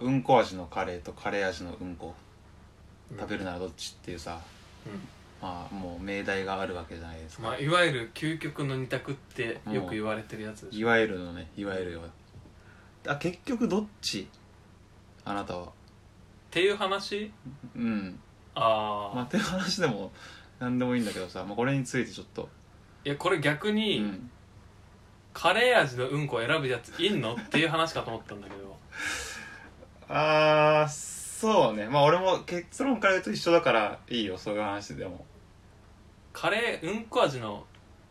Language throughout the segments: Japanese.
うんこ味のカレーとカレー味のうんこ食べるならどっちっていうさ、うまあもう命題があるわけじゃないですん、か、まあいわゆる究極の二択ってよく言われてるやつでしいわゆるのねいわゆるよあ結局どっちあなたはっていう話うんああ、まあっていう話でも何でもいいんだけどさ、まあ、これについてちょっと、いやこれ逆うに、ん、カレー味のうんこを選ぶやついんのっていう話かと思ったんだけどああそうねまあ俺も結論から言うと一緒だからいいよそういう話でもカレーうんこ味の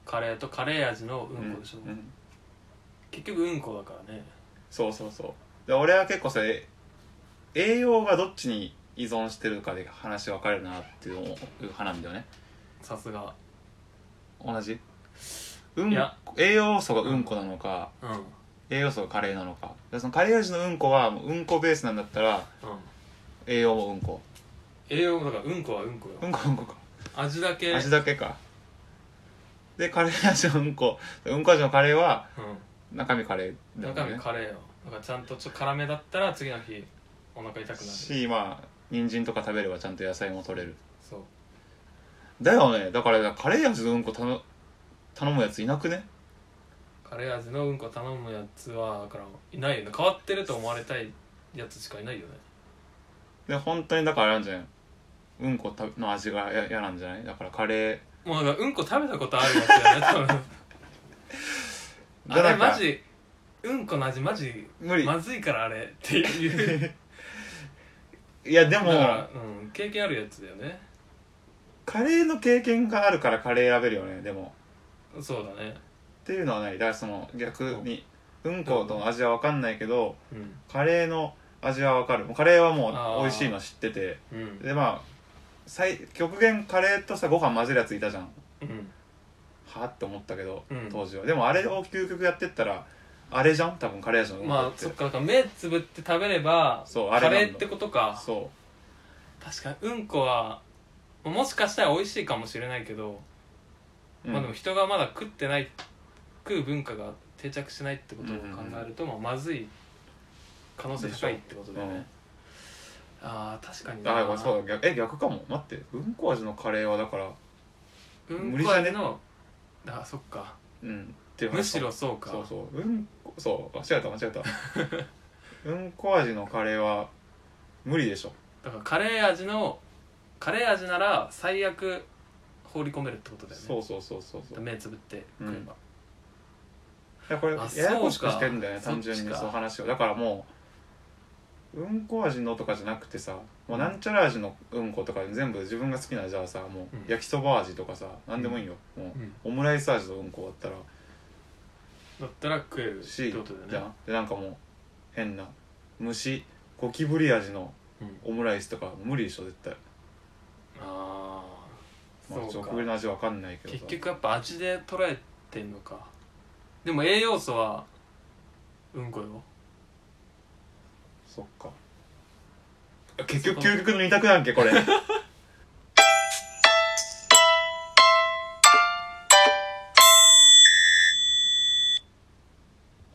カレーとカレー味のうんこでしょ、うん結局うんこだからねそうそうそうで俺は結構それ栄養がどっちに依存してるかで話分かれるなっていう派なんだよねさすが同じうんいや栄養素がうんこなのか、うんうん栄養素がカレーなのかでそのカレー味のうんこはもううんこベースなんだったら栄養もうんこ栄養だからうんこはうんこよ、うんこうんこか味だけ味だけかでカレー味のうんこうんこ味のカレーはう中身カレーんだ中よ身ねカレーよだからちゃんとちょっと辛めだったら次の日お腹痛くなるしまあ人参とか食べればちゃんと野菜も取れるそうだよねだからカレー味のうんこ頼頼むやついなくねカレー味のうんこ頼むやつはだからいないよね変わってると思われたいやつしかいないよねで本当にだからあれなんじゃないうんこたの味がや嫌なんじゃないだからカレーもうだからうんこ食べたことあるやつだよね多 分じゃなあれいかマジうんこの味マジ無理まずいからあれって いういやでだもから、うん、経験あるやつだよねカレーの経験があるからカレー選べるよねでもそうだねっていうのはないだからその逆にうんことの味は分かんないけどうんカレーの味は分かるもうカレーはもあうー美味しいの知っててうんでまあ最極限カレーとさご飯混ぜるやついたじゃんうんはって思ったけど、うん当時はでもあれを究極やってったらあれじゃん多分カレー味のうんこまあって、そっかだから目つぶって食べればそうあれカなんだレーってことかそ確かにうんこはもしかしたら美味しいかもしれないけど、う、うんまあでも人がまだ食ってない食う文化が定着してないってことを考えると、まあ、まずい可能性高いってことだよでしね、ああ確かにだからそううだ逆え逆かも待ってうんこ味のカレーはだからうん無理こじゃね味のあそっかうんっていう話かむしろそうかそうそううんこそう間違えた間違えた うんこ味のカレーは無理でしょだからカレー味のカレー味なら最悪放り込めるってことだよねそうそうそうそうそうい目つぶって食えば、やこれあややこしくそうかしてんだよね単純そっにちかその話をだからもううんこ味のとかじゃなくてさもうなんちゃら味のうんことか全部自分が好きなじゃあさもうんう焼きそば味とかさ何でもいいよ、もうんうオムライス味のうんこだったらだったら食えるっしてことだじゃよねんでなんかもう変な虫ゴキブリ味のうんオムライスとか無理でしょ絶対、ああまあ、そうか食の味わかんないけどさ結局やっぱ味で捉えてんのかでも栄養素はうんこよそっか結局究極の二択なんけこれ